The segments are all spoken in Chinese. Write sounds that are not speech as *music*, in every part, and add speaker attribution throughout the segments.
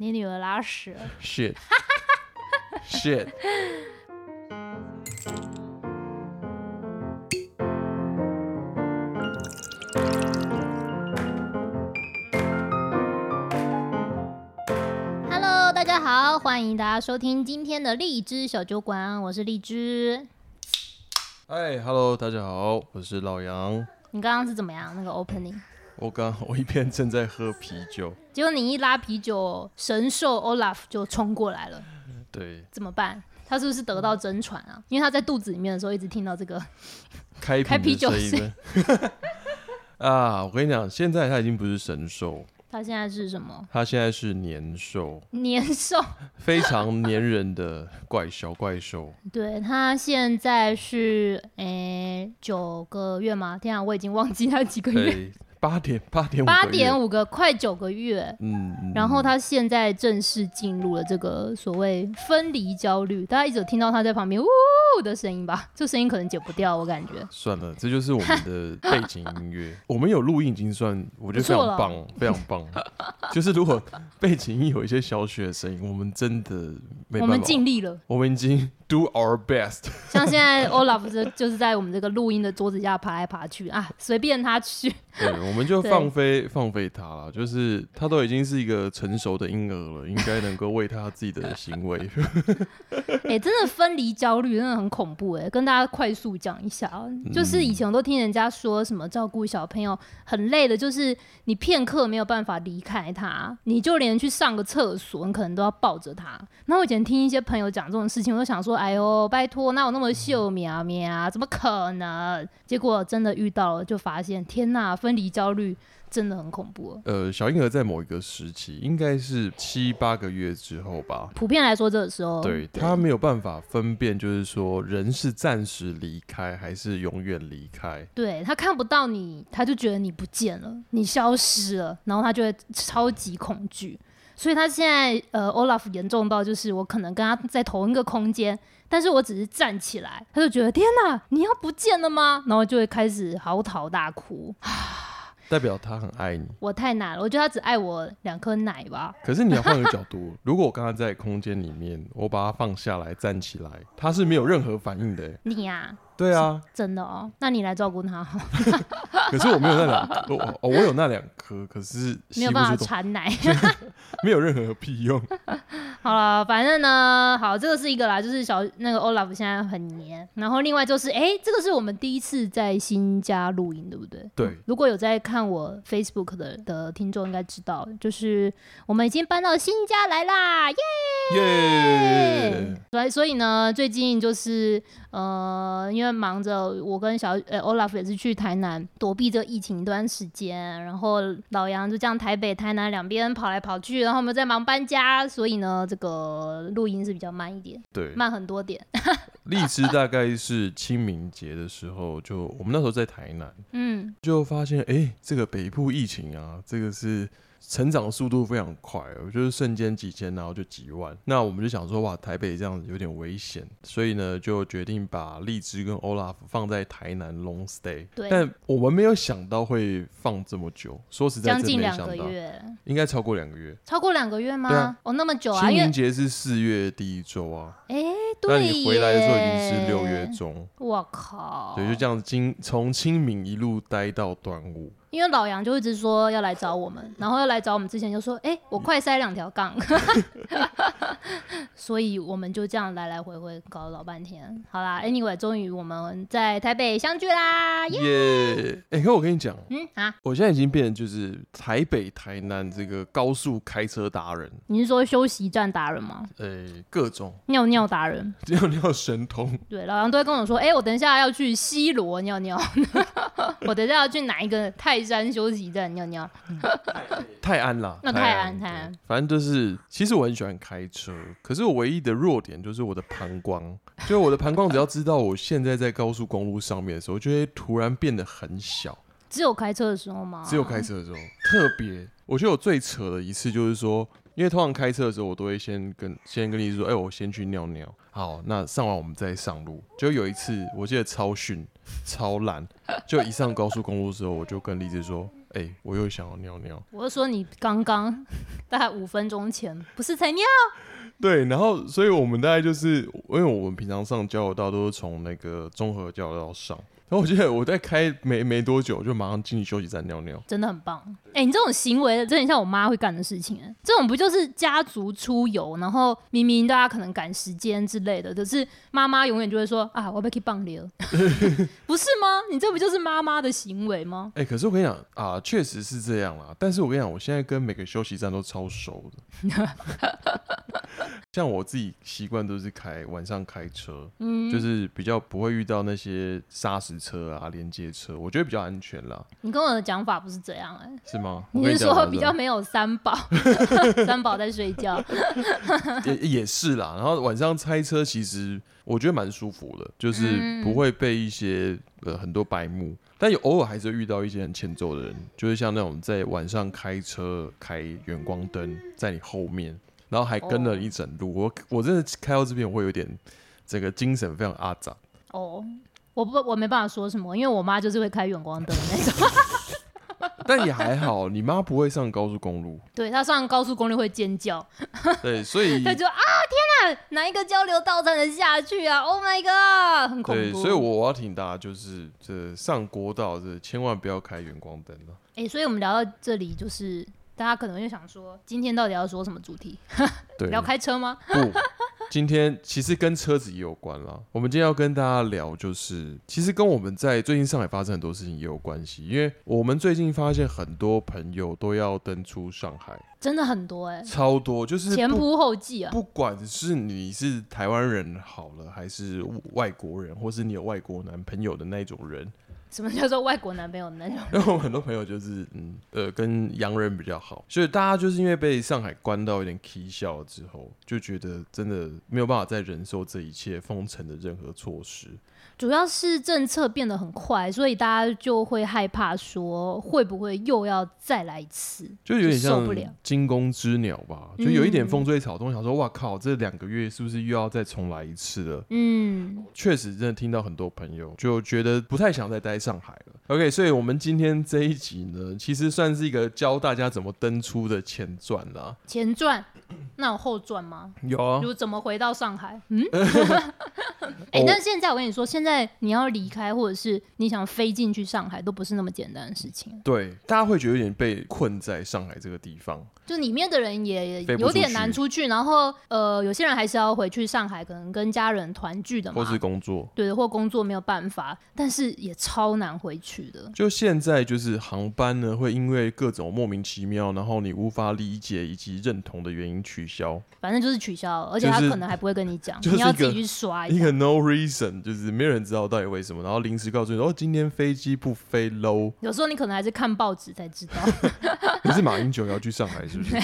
Speaker 1: 你女儿拉屎。
Speaker 2: shit *laughs* shit。
Speaker 1: Hello，大家好，欢迎大家收听今天的荔枝小酒馆，我是荔枝。
Speaker 2: 嗨，Hello，大家好，我是老杨。
Speaker 1: 你刚刚是怎么样？那个 opening，
Speaker 2: 我刚我一边正在喝啤酒，
Speaker 1: 结果你一拉啤酒，神兽 Olaf 就冲过来了，
Speaker 2: 对，
Speaker 1: 怎么办？他是不是得到真传啊？因为他在肚子里面的时候一直听到这个，
Speaker 2: 开
Speaker 1: 开啤
Speaker 2: 啤
Speaker 1: 酒
Speaker 2: 的声音。 *laughs* 啊，我跟你讲，现在他已经不是神兽，
Speaker 1: 他现在是什么
Speaker 2: 他现在是年兽，
Speaker 1: 年兽？
Speaker 2: 非常粘人的怪小怪
Speaker 1: *laughs*
Speaker 2: 兽。
Speaker 1: 对他现在是诶九个月吗？天啊，我已经忘记他几个月，
Speaker 2: 对，八点八点五
Speaker 1: 八
Speaker 2: 个月
Speaker 1: 点五个，快九个月。
Speaker 2: 嗯，嗯
Speaker 1: 然后他现在正式进入了这个所谓分离焦虑，大家一直有听到他在旁边呜的声音吧？这声音可能剪不掉，我感觉。
Speaker 2: 算了，这就是我们
Speaker 1: *laughs*
Speaker 2: 的背景音乐。我们有录音已经算，我觉得非
Speaker 1: 不错了
Speaker 2: 常棒，非常棒。 *laughs* 就是如果背景音有一些小雪的声音，我们真的
Speaker 1: 我
Speaker 2: 没办法。
Speaker 1: 们尽力了，
Speaker 2: 我们已经 do our
Speaker 1: *laughs*
Speaker 2: best。
Speaker 1: 像现在 Olaf 就就是在我们这个录音的桌子下爬来爬去啊，随便他去。
Speaker 2: 对，我们就
Speaker 1: 对
Speaker 2: 放飞放飞他了。就是他都已经是一个成熟的婴儿了，应该能够为他自己的
Speaker 1: *laughs*
Speaker 2: 行为。
Speaker 1: 哎、真的分离焦虑真的很恐怖哎、跟大家快速讲一下啊，就是以前我都听人家说什么照顾小朋友很累的，就是你片刻没有办法离开他，你就连去上个厕所，你可能都要抱着他。然后我以前听一些朋友讲这种事情，我就想说，哎呦，拜托，哪有那么秀苗苗啊？怎么可能？结果真的遇到了，就发现天呐，分离焦虑真的很恐怖哦。
Speaker 2: 呃，小婴儿在某一个时期，应该是七八个月之后吧，
Speaker 1: 普遍来说，这个时候
Speaker 2: 对他没有办法分辨，就是说人是暂时离开还是永远离开。
Speaker 1: 对他看不到你，他就觉得你不见了，你消失了，然后他就会超级恐惧。所以他现在呃，Olaf 严重到就是我可能跟他在同一个空间，但是我只是站起来，他就觉得天哪，你要不见了吗？然后就会开始嚎啕大哭。
Speaker 2: 代表他很爱你。
Speaker 1: 我太难了，我觉得他只爱我两颗奶吧。
Speaker 2: 可是你要换个角度，如果我刚刚在空间里面，我把它放下来站起来，它是没有任何反应的欸。
Speaker 1: 你呀、
Speaker 2: 对啊，
Speaker 1: 真的哦，那你来照顾他，
Speaker 2: 可是我没有那两，我我我有那两颗，可是
Speaker 1: 没
Speaker 2: 吸
Speaker 1: 有
Speaker 2: 不
Speaker 1: 办法
Speaker 2: 出东，
Speaker 1: 产奶。
Speaker 2: 没有任何屁 *laughs* 用。
Speaker 1: 好了，反正呢，好，这个是一个啦，就是小那个 Olaf 现在很黏，然后另外就是，哎、这个是我们第一次在新家录音，对不对？
Speaker 2: 对
Speaker 1: 如果有在看我 Facebook 的的听众应该知道，就是我们已经搬到新家来啦，耶！
Speaker 2: 耶
Speaker 1: 对，所以所以呢，最近就是呃，因为忙着我跟小呃 Olaf 也是去台南躲避这个疫情一段时间，然后老杨就这样台北、台南两边跑来跑去，然后我们在忙搬家，所以呢，这个录音是比较慢一点，
Speaker 2: 对，
Speaker 1: 慢很多
Speaker 2: *laughs*
Speaker 1: 点。
Speaker 2: 荔枝大概是清明节的时候，就我们那时候在台南，
Speaker 1: 嗯，
Speaker 2: 就发现，哎、这个北部疫情啊，这个是成长速度非常快哦，就是瞬间几千，然后就几万。那我们就想说，哇，台北这样子有点危险，所以呢，就决定把荔枝跟 Olaf 放在台南 long stay。
Speaker 1: 对
Speaker 2: 但我们没有想到会放这么久，说实在，
Speaker 1: 将
Speaker 2: 真
Speaker 1: 近
Speaker 2: 没
Speaker 1: 两
Speaker 2: 想
Speaker 1: 个
Speaker 2: 到，
Speaker 1: 月，
Speaker 2: 应该超过两个月。
Speaker 1: 超过两个月吗？
Speaker 2: 对啊
Speaker 1: 哦，那么久啊，
Speaker 2: 清
Speaker 1: 因为
Speaker 2: 明节是四月第一周啊，
Speaker 1: 哎，
Speaker 2: 那
Speaker 1: 对
Speaker 2: 你回来的时候已经是
Speaker 1: 耶
Speaker 2: 六月。中，
Speaker 1: 我靠！
Speaker 2: 对，就这样子，今从清明一路待到端午。
Speaker 1: 因为老杨就一直说要来找我
Speaker 2: *laughs*
Speaker 1: 们，然后要来找我们之前就说：“哎、我快塞两条杠。” *laughs* 所以我们就这样来来回回搞了老半天。好啦，anyway，终于我们在台北相聚啦！耶！
Speaker 2: 耶！哎，可我跟你讲，
Speaker 1: 嗯啊，
Speaker 2: 我现在已经变成就是台北、台南这个高速开车达人，
Speaker 1: 你是说休息站达人吗？
Speaker 2: 呃、各种
Speaker 1: 尿尿达人？
Speaker 2: 尿尿神通。
Speaker 1: 对，老杨都会跟我说：“哎、我等一下要去西罗尿 *laughs* 尿，我等一下要去哪一个泰山休息站尿尿。
Speaker 2: 泰安啦，
Speaker 1: 那泰安泰安
Speaker 2: 对反正就是，其实我很喜欢开车，可是我唯一的弱点就是我的膀胱，就是我的膀胱只要知道我现在在高速公路上面的时候，就会突然变得很小。”
Speaker 1: 只有开车的时候吗？
Speaker 2: 只有开车的时候，特别，我觉得我最扯的一次就是说，因为通常开车的时候，我都会先跟先跟你说，哎、我先去尿尿。好，那上完我们再上路。就有一次，我记得超逊、超懒，就一上高速公路的时候，我就跟荔枝说，哎、我又想要尿尿。
Speaker 1: 我就说你刚刚 *laughs* 大概五分钟前不是才尿，
Speaker 2: 对，然后所以我们大概就是，因为我们平常上交流道都是从那个综合交流道上，然后我记得我在开没没多久就马上进去休息站尿尿。
Speaker 1: 真的很棒。哎、你这种行为真的很像我妈会干的事情、哎，这种不就是家族出游，然后明明大家可能赶时间之类的，可是妈妈永远就会说啊，我被 keep 棒了， *laughs* 不是吗？你这不就是妈妈的行为吗？
Speaker 2: 哎、可是我跟你讲啊，确实是这样啦。但是我跟你讲，我现在跟每个休息站都超熟的。 *laughs* 像我自己习惯都是开晚上开车，
Speaker 1: 嗯，
Speaker 2: 就是比较不会遇到那些砂石车啊、连接车，我觉得比较安全啦，
Speaker 1: 你跟我的讲法不是这样、哎。
Speaker 2: 是吗？我
Speaker 1: 你
Speaker 2: 跟
Speaker 1: 是
Speaker 2: 讲我
Speaker 1: 说
Speaker 2: 的
Speaker 1: 比较没有三宝， *laughs* 三宝在睡
Speaker 2: *laughs*
Speaker 1: 觉，
Speaker 2: 也也是啦。然后晚上拆车，其实我觉得蛮舒服的，就是
Speaker 1: 嗯
Speaker 2: 不会被一些呃很多白目，但有偶尔还是会遇到一些很欠揍的人，就是像那种在晚上开车开远光灯在你后面，然后还跟了
Speaker 1: 哦
Speaker 2: 一整路。我我真的开到这边，我会有点整个精神非常阿杂。
Speaker 1: 哦，我不，我没办法说什么，因为我妈就是会开远光灯的那种。 *laughs*
Speaker 2: 但也还好，你妈不会上高速公路，
Speaker 1: 对她上高速公路会尖叫，
Speaker 2: 对，
Speaker 1: *laughs*
Speaker 2: 所以
Speaker 1: 她就啊天哪，哪一个交流道才能下去啊？Oh my god，很恐
Speaker 2: 对，
Speaker 1: 怖。
Speaker 2: 所以我我要挺大家就是这上国道这千万不要开远光灯了。
Speaker 1: 哎、所以我们聊到这里，就是大家可能就想说，今天到底要说什么主题？
Speaker 2: 对，
Speaker 1: 聊开车吗？
Speaker 2: 不， *laughs* 今天其实跟车子也有关啦。我们今天要跟大家聊，就是其实跟我们在最近上海发生很多事情也有关系，因为我们最近发现很多朋友都要登出上海，
Speaker 1: 真的很多哎、
Speaker 2: 超多，就是
Speaker 1: 前
Speaker 2: 不
Speaker 1: 仆后继啊。
Speaker 2: 不管是你是台湾人好了，还是外国人，或是你有外国男朋友的那种人，
Speaker 1: 什么叫做外国男朋友那种？
Speaker 2: *laughs* 然后我很多朋友就是嗯呃跟洋人比较好，所以大家就是因为被上海关到有点 k 笑之后，就觉得真的没有办法再忍受这一切封城的任何措施。
Speaker 1: 主要是政策变得很快，所以大家就会害怕说会不会又要再来一次，
Speaker 2: 就有点
Speaker 1: 受
Speaker 2: 像
Speaker 1: 不了
Speaker 2: 惊弓之鸟吧，就有一点
Speaker 1: 嗯
Speaker 2: 风吹草动，想说哇靠，这两个月是不是又要再重来一次了？
Speaker 1: 嗯，
Speaker 2: 确实，真的听到很多朋友就觉得不太想再待上海了。OK，所以我们今天这一集呢，其实算是一个教大家怎么登出的前传啦。
Speaker 1: 前传，那有后传吗？
Speaker 2: 有啊，
Speaker 1: 就怎么回到上海？
Speaker 2: *laughs*
Speaker 1: 嗯，哎、
Speaker 2: 哦
Speaker 1: 但现在我跟你说，现在你要离开或者是你想飞进去上海，都不是那么简单的事情。
Speaker 2: 对，大家会觉得有点被困在上海这个地方。
Speaker 1: 就里面的人也
Speaker 2: 飞不
Speaker 1: 有点
Speaker 2: 出去
Speaker 1: 难出去，然后呃，有些人还是要回去上海，可能跟家人团聚的嘛
Speaker 2: 或，是工作。
Speaker 1: 对的，或工作没有办法，但是也超难回去的。
Speaker 2: 就现在，就是航班呢，会因为各种莫名其妙，然后你无法理解以及认同的原因取消。
Speaker 1: 反正就是取消了，而且他可能还不会跟你
Speaker 2: *laughs*
Speaker 1: 讲，
Speaker 2: 就是
Speaker 1: 你要自己去刷
Speaker 2: 一
Speaker 1: 下。
Speaker 2: 个 no reason，就是没有人知道到底为什么，然后临时告诉你说，哦，今天飞机不飞
Speaker 1: *laughs*
Speaker 2: 喽。
Speaker 1: 有时候你可能还是看报纸才知道， *laughs*
Speaker 2: 你是马英九要去上海是不是？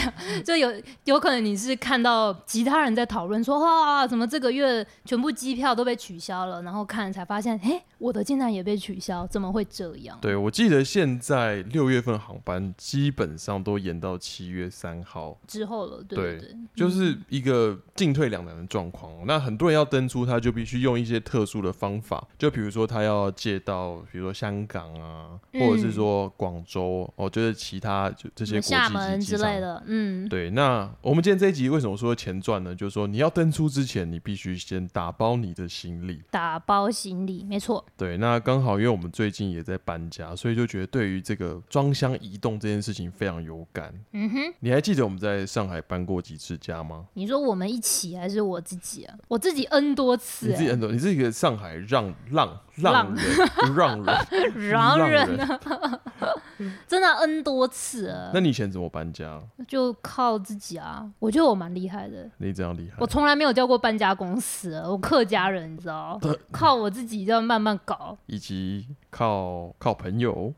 Speaker 1: 就有有可能你是看到其他人在讨论说哇，怎么这个月全部机票都被取消了，然后看才发现，哎，我的竟然也被取消，怎么会这样？
Speaker 2: 对，我记得现在六月份航班基本上都延到七月三号，
Speaker 1: 之后了，对对
Speaker 2: 对
Speaker 1: 对，
Speaker 2: 就是一个进退两难的状况。哦那很多人要登出，他就必须用一些特殊的方法，就比如说他要借到，比如说香港啊，或者是
Speaker 1: 嗯
Speaker 2: 说广州，哦，就是其他就这
Speaker 1: 什
Speaker 2: 些
Speaker 1: 么
Speaker 2: 国际
Speaker 1: 厦门
Speaker 2: 级
Speaker 1: 之
Speaker 2: 机场
Speaker 1: 类的，嗯，
Speaker 2: 对，那我们今天这一集为什么说前传呢？就是说你要登出之前，你必须先打包你的行李。
Speaker 1: 打包行李，没错，
Speaker 2: 对，那刚好因为我们最近也在搬家，所以就觉得对于这个装箱移动这件事情非常有感。
Speaker 1: 嗯哼，
Speaker 2: 你还记得我们在上海搬过几次家吗？
Speaker 1: 你说我们一起还是我自己啊？我自己 N 多次、
Speaker 2: 你自己
Speaker 1: 欸， *laughs*
Speaker 2: 很懂，你是一个上海让浪浪
Speaker 1: 浪
Speaker 2: 人，
Speaker 1: *laughs*
Speaker 2: 让人，
Speaker 1: 然
Speaker 2: 让
Speaker 1: 人啊，真的 N 多次了。
Speaker 2: 那你以前怎么搬家？
Speaker 1: 就靠自己啊！我觉得我蛮厉害的，
Speaker 2: 你这样厉害
Speaker 1: 我，从来没有叫过搬家公司，我客家人，你知道，靠我自己要慢慢搞。
Speaker 2: 以及靠靠朋友，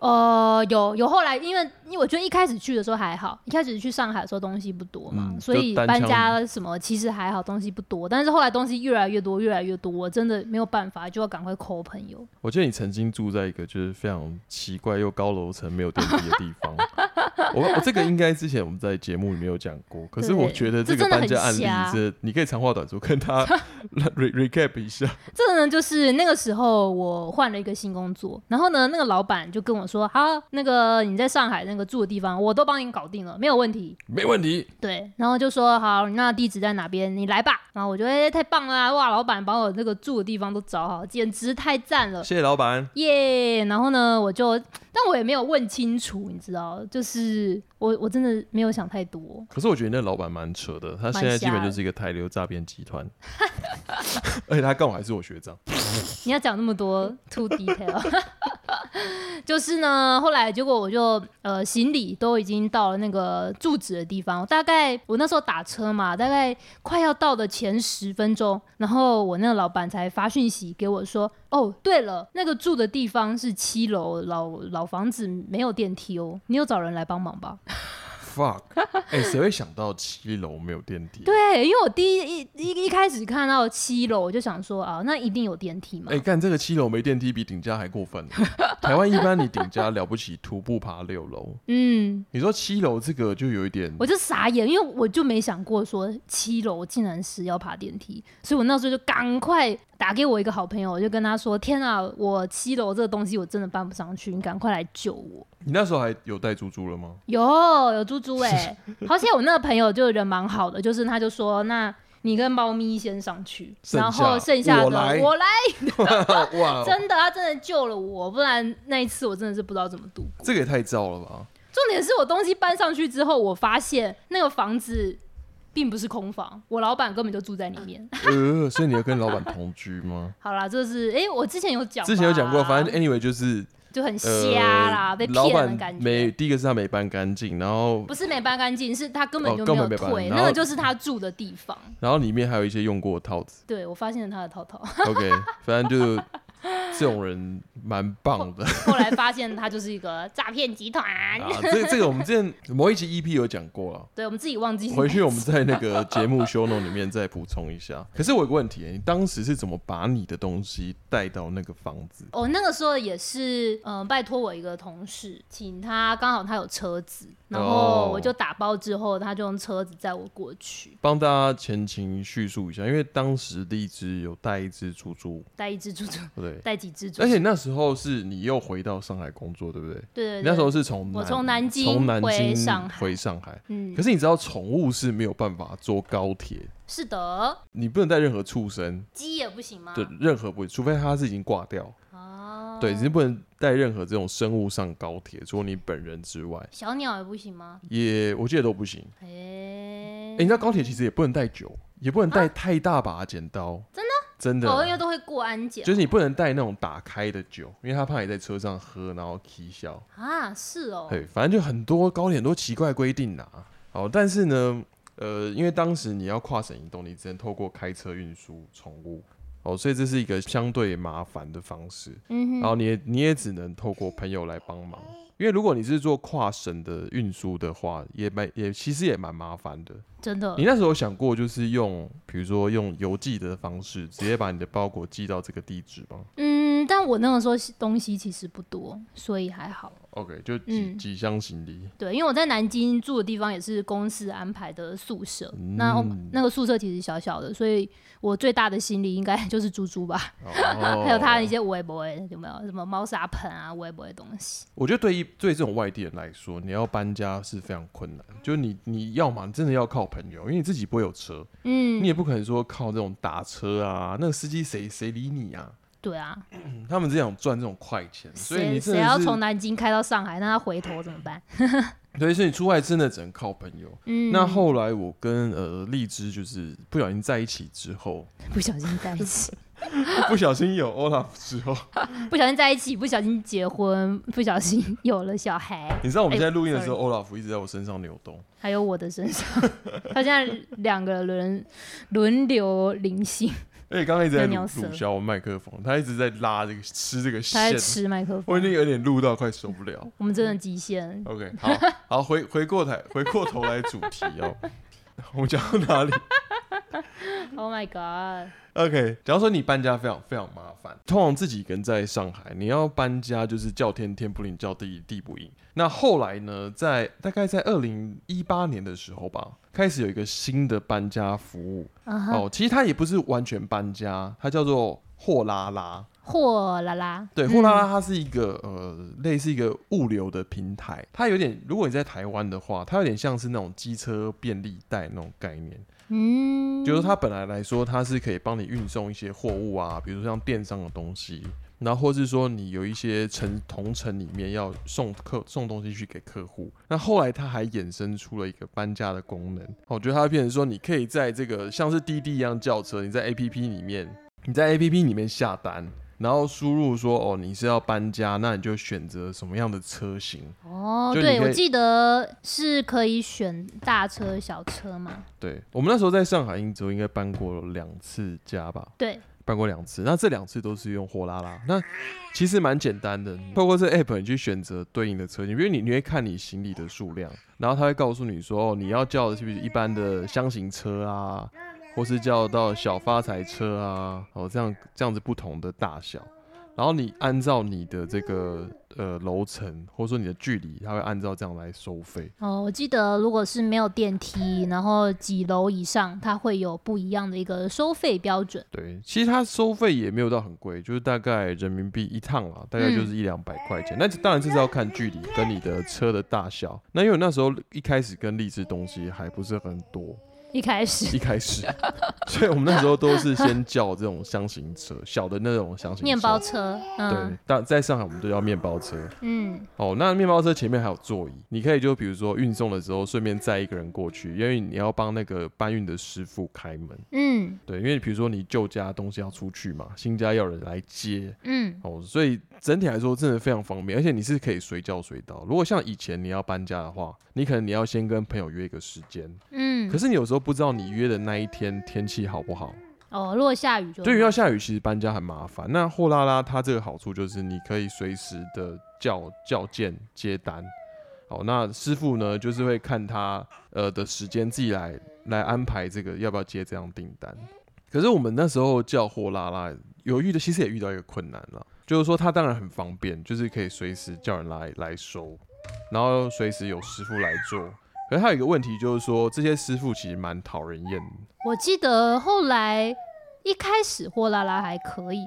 Speaker 1: 呃，有有后来，因为因为我觉得一开始去的时候还好，一开始去上海的时候东西不多嘛，
Speaker 2: 嗯
Speaker 1: 所以
Speaker 2: 就单
Speaker 1: 搬
Speaker 2: 枪
Speaker 1: 家什么其实还好，东西不多。但是后来东西越来越多，越来越多，我真的没有办法，就要赶快抠朋友。
Speaker 2: 我记得你曾经住在一个就是非常奇怪又高楼层没有电梯的地方，我我这个应该之前我们在节目里面有讲过，可是
Speaker 1: 对
Speaker 2: 我觉得这
Speaker 1: 这
Speaker 2: 个
Speaker 1: 真的
Speaker 2: 搬家案
Speaker 1: 很
Speaker 2: 例
Speaker 1: 瞎
Speaker 2: 是，你可以长话短说，跟他 *laughs* re recap 一下。
Speaker 1: 这个呢，就是那个时候我换了一个新工作，然后呢，那个老板就跟我说：“好，那个你在上海那个住的地方，我都帮你搞定了，没有问题。
Speaker 2: 没问题，”
Speaker 1: 对，然后就说：“好，那地址在哪边？你来吧。”然后我觉得、哎太棒了啊，哇，老板把我那个住的地方都找好，简直太赞了。
Speaker 2: 谢谢老板。
Speaker 1: 耶然后呢，我就，但我也没有问清楚，你知道，就是我我真的没有想太多，
Speaker 2: 可是我觉得那老板蛮扯的，他
Speaker 1: 蛮
Speaker 2: 现在基
Speaker 1: 瞎
Speaker 2: 本就
Speaker 1: 的
Speaker 2: 是一个台流诈骗集团， *laughs* 而且他刚好还是我学长。
Speaker 1: 你要讲那么 *laughs* 多 too detail，就是呢，后来结果我就呃行李都已经到了那个住址的地方，大概我那时候打车嘛，大概快要到的前十分钟，然后我那个老板才发讯息给我说，哦，对了，那个住的地方是七楼老老房子，没有电梯哦，你有找人来帮忙吧？
Speaker 2: Fuck，哎、 *laughs* 谁会想到七楼没有电梯？啊
Speaker 1: 对，因为我第一一一一开始看到七楼，我就想说啊，那一定有电梯嘛。
Speaker 2: 哎、干这个七楼没电梯比顶家还过
Speaker 1: *laughs*
Speaker 2: 分。台湾一般你顶家了不起，徒步爬六楼，
Speaker 1: 嗯，
Speaker 2: 你说七楼这个就有一点
Speaker 1: 我就傻眼，因为我就没想过说七楼竟然是要爬电梯，所以我那时候就赶快打给我一个好朋友，我就跟他说：“天啊，我七楼这个东西我真的搬不上去，你赶快来救我。”
Speaker 2: 你那时候还有带猪猪了吗？
Speaker 1: 有有猪猪哎、好险！我那个朋友就人蛮好的，就是他就说：“那你跟猫咪先上去，
Speaker 2: 剩
Speaker 1: 然后
Speaker 2: 下
Speaker 1: 剩下的
Speaker 2: 我来
Speaker 1: 我来。
Speaker 2: *laughs* 哇，
Speaker 1: 真的，他真的救了我，不然那一次我真的是不知道怎么度过。
Speaker 2: 这个也太糟了吧！
Speaker 1: 重点是我东西搬上去之后，我发现那个房子并不是空房，我老板根本就住在里
Speaker 2: *laughs*
Speaker 1: 面。
Speaker 2: 呃，所以你要跟老板同居
Speaker 1: *laughs*
Speaker 2: 吗？
Speaker 1: 好啦，就是哎、诶我之前有讲吧，
Speaker 2: 之前有讲过，反正 anyway 就是
Speaker 1: 就很
Speaker 2: 呃，
Speaker 1: 瞎啦，被
Speaker 2: 老
Speaker 1: 骗的
Speaker 2: 板
Speaker 1: 感
Speaker 2: 没
Speaker 1: 觉。
Speaker 2: 第一个是他没搬干净，然后
Speaker 1: 不是没搬干净，是他根本
Speaker 2: 哦
Speaker 1: 就
Speaker 2: 根
Speaker 1: 没有
Speaker 2: 本没搬
Speaker 1: 退，
Speaker 2: 然
Speaker 1: 那
Speaker 2: 后
Speaker 1: 个就是他住的地方。
Speaker 2: 然后里面还有一些用过的套子。
Speaker 1: 对我发现了他的套套， *laughs*
Speaker 2: OK，反正就这种人蛮棒的
Speaker 1: 后来发现他就是一个诈骗集
Speaker 2: *laughs*
Speaker 1: 团。
Speaker 2: 啊。这这个我们之前某一期 EP 有讲过了。
Speaker 1: 对我们自己忘记
Speaker 2: 回去我们在那个节目修 o 里面再补充一下。可是我有个问题、你当时是怎么把你的东西带到那个房子？
Speaker 1: 我、哦那个时候也是，嗯、拜托我一个同事，请他刚好他有车子，然
Speaker 2: 哦
Speaker 1: 后我就打包之后，他就用车子载我过去，
Speaker 2: 帮大家前情叙述一下，因为当时荔枝有带一只猪猪，
Speaker 1: 带一只猪猪，
Speaker 2: 对不对？
Speaker 1: 带几只猪猪，
Speaker 2: 而且那时候是你又回到上海工作，对不对？
Speaker 1: 对对对，
Speaker 2: 你那时候是从
Speaker 1: 我从
Speaker 2: 南
Speaker 1: 南京
Speaker 2: 从南
Speaker 1: 回
Speaker 2: 京
Speaker 1: 上海
Speaker 2: 回上海，
Speaker 1: 嗯
Speaker 2: 可是你知道宠物是没有办法坐高铁，
Speaker 1: 是的，
Speaker 2: 你不能带任何畜生
Speaker 1: 鸡也不行吗？
Speaker 2: 的任何不，除非它是已经挂掉，
Speaker 1: 啊，
Speaker 2: 对，你不能带任何这种生物上高铁，除了你本人之外。
Speaker 1: 小鸟也不行吗？
Speaker 2: 也我记得都不行。
Speaker 1: 哎、
Speaker 2: 哎、你知道高铁其实也不能带酒，也不能带太大把的剪刀，真的真的，
Speaker 1: 啊哦，因为都会过安检
Speaker 2: 就是你不能带那种打开的酒，因为他怕你在车上喝然后起笑。
Speaker 1: 啊，是哦，
Speaker 2: 对，反正就很多高铁很多奇怪的规定啦、哦，但是呢，呃，因为当时你要跨省移动，你只能透过开车运输宠物。哦，所以这是一个相对麻烦的方式，
Speaker 1: 嗯
Speaker 2: 然后你也你也只能透过朋友来帮忙，因为如果你是做跨省的运输的话，也蛮也其实也蛮麻烦的。
Speaker 1: 真的
Speaker 2: 你那时候有想过就是用，比如说用邮寄的方式，直接把你的包裹寄到这个地址吗
Speaker 1: 嗯，但我那个时候东西其实不多，所以还好。
Speaker 2: ？OK，就几、
Speaker 1: 嗯
Speaker 2: 几箱行李，
Speaker 1: 对，因为我在南京住的地方也是公司安排的宿舍，
Speaker 2: 嗯
Speaker 1: 那我那个宿舍其实小小的，所以我最大的行李应该 *laughs* 就是猪猪吧，*laughs*
Speaker 2: 哦
Speaker 1: 还有它的一些微博有没有什么猫砂盆啊、微博的东西。
Speaker 2: 我觉得对一对这种外地人来说，你要搬家是非常困难。就是你你要嘛，你真的要靠朋友，因为你自己不会有车，你
Speaker 1: 嗯，
Speaker 2: 也不可能说靠这种打车啊，那个司机谁谁理你啊？
Speaker 1: 对啊，
Speaker 2: 嗯他们只想赚这种快钱，所以
Speaker 1: 谁
Speaker 2: 你真
Speaker 1: 谁要
Speaker 2: 的是
Speaker 1: 从南京开到上海，那他回头怎么办？
Speaker 2: 对，所以你出外真的只能靠朋友。
Speaker 1: 嗯，
Speaker 2: 那后来我跟呃荔枝就是不小心在一起之后， *laughs*
Speaker 1: 不小心在一起， *laughs*
Speaker 2: 不小心有 Olaf 之后，
Speaker 1: 不小心在一起，不小心结婚，不小心有了小孩，
Speaker 2: 你知道我们现在录音的时候、o l a f 一直在我身上扭动。
Speaker 1: 还有我的身上， *laughs* 他现在两个人轮流零星，
Speaker 2: 而哎且刚刚一直在
Speaker 1: 在
Speaker 2: 乳
Speaker 1: 鸟舌
Speaker 2: 乳削我麦克风，他一直在拉这个吃这个
Speaker 1: 他
Speaker 2: 线
Speaker 1: 在，吃麦克
Speaker 2: 我
Speaker 1: 风
Speaker 2: 已，经有点录到快受不了。
Speaker 1: 我们真的极限。 *laughs*
Speaker 2: OK，好 *laughs* 好回回过来回过头来主题哦，我们讲到哪里？
Speaker 1: Oh my god！
Speaker 2: OK，假如说你搬家非常非常麻烦，通常自己一个人在上海，你要搬家就是叫天天不灵，叫地地不应。那后来呢，在大概在二零一八年的时候吧，开始有一个新的搬家服务、
Speaker 1: 啊哈，
Speaker 2: 哦，其实它也不是完全搬家，它叫做货拉拉。
Speaker 1: 货啦啦，
Speaker 2: 对，
Speaker 1: 嗯
Speaker 2: 货拉拉它是一个、呃，类似一个物流的平台，它有点，如果你在台湾的话，它有点像是那种机车便利贷那种概念。
Speaker 1: 嗯，
Speaker 2: 就是它本来来说，它是可以帮你运送一些货物啊，比如说像电商的东西，然后或是说你有一些城同城里面要送客送东西去给客户。那后来它还衍生出了一个搬家的功能，我觉得它变成说，你可以在这个像是滴滴一样叫车，你在 APP 里面，你在 APP 里面下单。然后输入说哦，你是要搬家，那你就选择什么样的车型。
Speaker 1: 哦，
Speaker 2: 就你可以
Speaker 1: 对，我记得是可以选大车、小车嘛。对
Speaker 2: 对我们那时候在上海应州应该搬过两次家吧，
Speaker 1: 对，
Speaker 2: 办过两次，那这两次都是用货拉拉。那其实蛮简单的，透过这 app 你去选择对应的车型，比如你你会看你行李的数量，然后他会告诉你说，哦，你要叫的是不是一般的箱型车啊，或是叫到小发财车啊，哦这样这样子不同的大小。然后你按照你的这个呃楼层，或者说你的距离，它会按照这样来收费。
Speaker 1: 哦，我记得如果是没有电梯，然后几楼以上，它会有不一样的一个收费标准。
Speaker 2: 对，其实它收费也没有到很贵，就是大概人民币一趟啦，大概
Speaker 1: 嗯
Speaker 2: 就是一两百块钱。那、当然这是要看距离跟你的车的大小。那因为我那时候一开始跟荔枝东西还不是很多，
Speaker 1: 一开
Speaker 2: 一
Speaker 1: 始
Speaker 2: 开始，所以我们那时候都是先叫这种箱型车，小的那种箱型车
Speaker 1: *laughs* 面包。车，
Speaker 2: 对
Speaker 1: 嗯，
Speaker 2: 但在上海我们都叫面包车
Speaker 1: 嗯，
Speaker 2: 哦。那面包车前面还有座椅，你可以就比如说运送的时候顺便载一个人过去，因为你要帮那个搬运的师傅开门。
Speaker 1: 嗯
Speaker 2: 对，因为比如说你旧家东西要出去嘛，新家要有人来接
Speaker 1: 嗯，
Speaker 2: 哦，所以整体来说真的非常方便，而且你是可以随叫随到。如果像以前你要搬家的话，你可能你要先跟朋友约一个时间，
Speaker 1: 嗯
Speaker 2: 可是你有时候不知道你约的那一天天气好不好。
Speaker 1: 哦，如果下雨就
Speaker 2: 对于要下雨，其实搬家很麻烦。那货拉拉它这个好处就是你可以随时的叫叫件接单。好，那师傅呢，就是会看他呃的时间自己来来安排这个要不要接这样订单。可是我们那时候叫货拉拉，有遇的其实也遇到一个困难了，就是说它当然很方便，就是可以随时叫人来来收，然后随时有师傅来做。可是还有一个问题就是说，这些师傅其实蛮讨人厌的。
Speaker 1: 我记得后来一开始货拉拉还可以，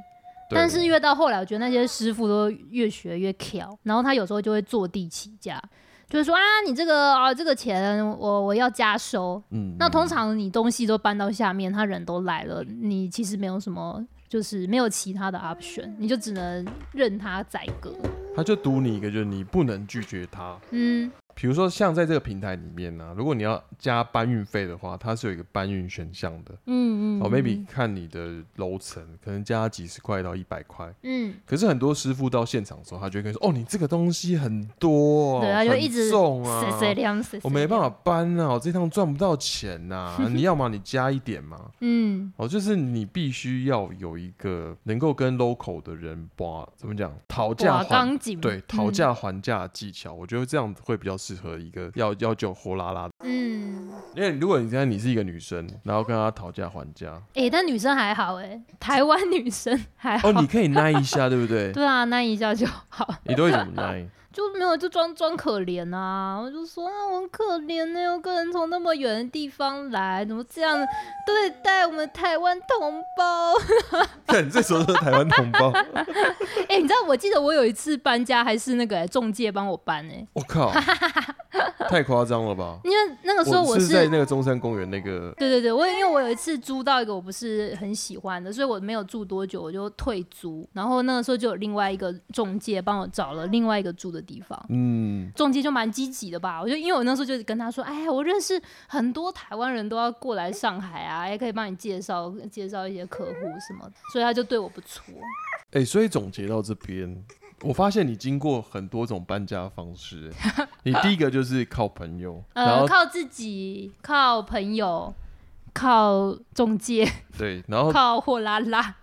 Speaker 2: 对
Speaker 1: 但是越到后来，我觉得那些师傅都越学越挑，然后他有时候就会坐地起价，就是说啊，你这个啊这个钱我我要加收。
Speaker 2: 嗯，
Speaker 1: 那通
Speaker 2: 嗯
Speaker 1: 常你东西都搬到下面，他人都来了，你其实没有什么，就是没有其他的
Speaker 2: 嗯
Speaker 1: option，你就只能任他宰割。
Speaker 2: 他就赌你一个，就是你不能拒绝他。
Speaker 1: 嗯，
Speaker 2: 比如说，像在这个平台里面呢、如果你要加搬运费的话，它是有一个搬运选项的。
Speaker 1: 嗯嗯，
Speaker 2: 哦，maybe 看你的楼层，可能加几十块到一百块。
Speaker 1: 嗯，
Speaker 2: 可是很多师傅到现场的时候，他就会跟你说：“哦，你这个东西很多、哦，
Speaker 1: 对啊，就
Speaker 2: 很
Speaker 1: 一直
Speaker 2: 重啊，
Speaker 1: 碎碎量，碎碎
Speaker 2: 我没办法
Speaker 1: 量，
Speaker 2: 搬啊，我这趟赚不到
Speaker 1: *laughs*
Speaker 2: 钱呐、你要么你加一点嘛，
Speaker 1: 嗯
Speaker 2: 哦，就是你必须要有一个能够跟 local 的人把怎么讲讨价
Speaker 1: 哇，
Speaker 2: 还
Speaker 1: 钢筋
Speaker 2: 对，讨
Speaker 1: 嗯
Speaker 2: 价还价的技巧，我觉得这样会比较适合一个要要求火辣辣的。
Speaker 1: 嗯，
Speaker 2: 因为如果你现在你是一个女生，然后跟她讨价还价，
Speaker 1: 哎、但女生还好哎、台湾女生还好。
Speaker 2: 哦，你可 *laughs* 以耐一下，对不对？
Speaker 1: 对啊，那一下就好，
Speaker 2: 你都会怎么耐？
Speaker 1: 就没有就装装可怜啊！我就说啊，我很可怜呢、我个人从那么远的地方来，怎么这样对待我们台湾同胞？
Speaker 2: *laughs* 看你这时候是台湾同胞，
Speaker 1: 哎、你知道，我记得我有一次搬家，还是那个、欸、中介帮我搬哎、
Speaker 2: 我 *laughs* 靠，太夸张了吧！
Speaker 1: 因为 *laughs* 那个时候
Speaker 2: 我
Speaker 1: 我
Speaker 2: 是在那个中山公园那个，
Speaker 1: 对对对，我因为我有一次租到一个我不是很喜欢的，所以我没有住多久我就退租，然后那个时候就有另外一个中介帮我找了另外一个住的地方，
Speaker 2: 嗯，
Speaker 1: 中介就蛮积极的吧，我就因为我那时候就跟他说，哎，我认识很多台湾人都要过来上海啊，也可以帮你介绍介绍一些客户什么的，所以他就对我不错。
Speaker 2: 哎、所以总结到这边，我发现你经过很多种搬家方式、欸你第一个就是靠朋 *laughs* 友，然
Speaker 1: 呃，
Speaker 2: 后
Speaker 1: 靠自己，靠朋友，靠中介，
Speaker 2: 对，然后
Speaker 1: 靠货拉拉，